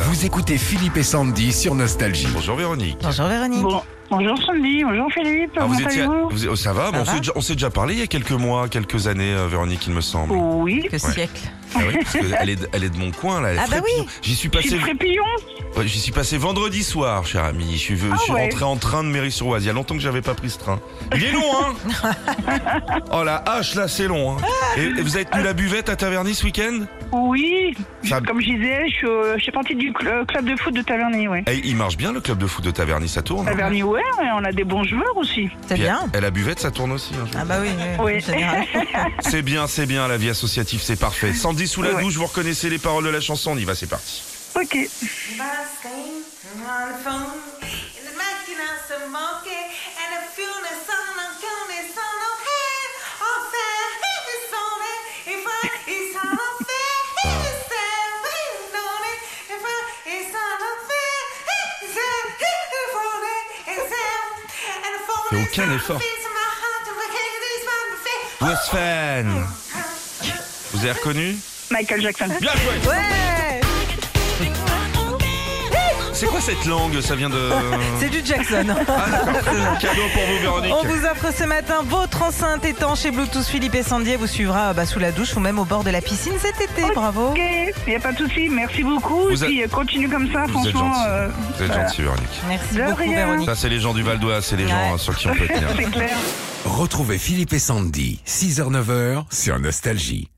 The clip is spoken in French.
Vous écoutez Philippe et Sandy sur Nostalgie. Bonjour Véronique. Bonjour Véronique. Bon, bonjour Sandy, bonjour Philippe, Ah, comment vous étiez- allez-vous vous- oh, ça va, mais on va s'est déjà- on s'est déjà parlé il y a quelques mois, quelques années, euh, Véronique, il me semble. Oui, Que siècle. Ah oui, parce que elle, est, de- elle est de mon coin là. elle est Ah bah frépillon. oui. J'y suis je suis passé, trépillon. ouais, j'y suis passé vendredi soir, cher ami. Je suis, je Ah suis ouais. rentré en train de Méry-sur-Oise. Il y a longtemps que j'avais pas pris ce train. Il est long, hein Oh la hache là, c'est long. Hein. Et, et vous êtes venu la buvette à Taverny ce week-end Oui, Ça- comme je disais, je suis, au- je suis partie du cl- euh, club de foot de Taverny, ouais. Eh, Il marche bien le club de foot de Taverny, ça tourne. hein. Taverny, ouais, ouais, on a des bons joueurs aussi. C'est Puis bien. à- à la buvette, ça tourne aussi. hein, je Ah bah oui, oui, Oui. en général. C'est bien, c'est bien, la vie associative, c'est parfait. Sandy sous la Ouais. douche, vous reconnaissez les paroles de la chanson, on y va, c'est parti. Ok, Mustang on the phone. In the máquina se moque. And the funeral son on coming, son on head. On fair, it's on it. If I, it's on a fair, it's there. Waiting on it. If I, it's on a fair, it's there. If on it, it's there. And the phone Fais is aucun on effort. the face of my heart. And the cake is on the face. Westphen Vous avez reconnu Michael Jackson. Bien joué Ouais C'est quoi cette langue Ça vient de... C'est du Jackson. Ah d'accord, cadeau pour vous Véronique. On vous offre ce matin votre enceinte étanche et Bluetooth Philippe et Sandy. Elle vous suivra bah, sous la douche ou même au bord de la piscine cet été. Bravo. Ok, y a pas de souci, merci beaucoup. Vous et êtes- puis euh, continue comme Vous ça, êtes franchement. gentil. euh, Vous êtes voilà. gentil Véronique. Merci De beaucoup rien. Véronique. Ça c'est les gens du Val d'Oise, c'est les gens Ouais. euh, sur qui on peut tenir. C'est clair. Retrouvez Philippe et Sandy, 6h-9h sur Nostalgie.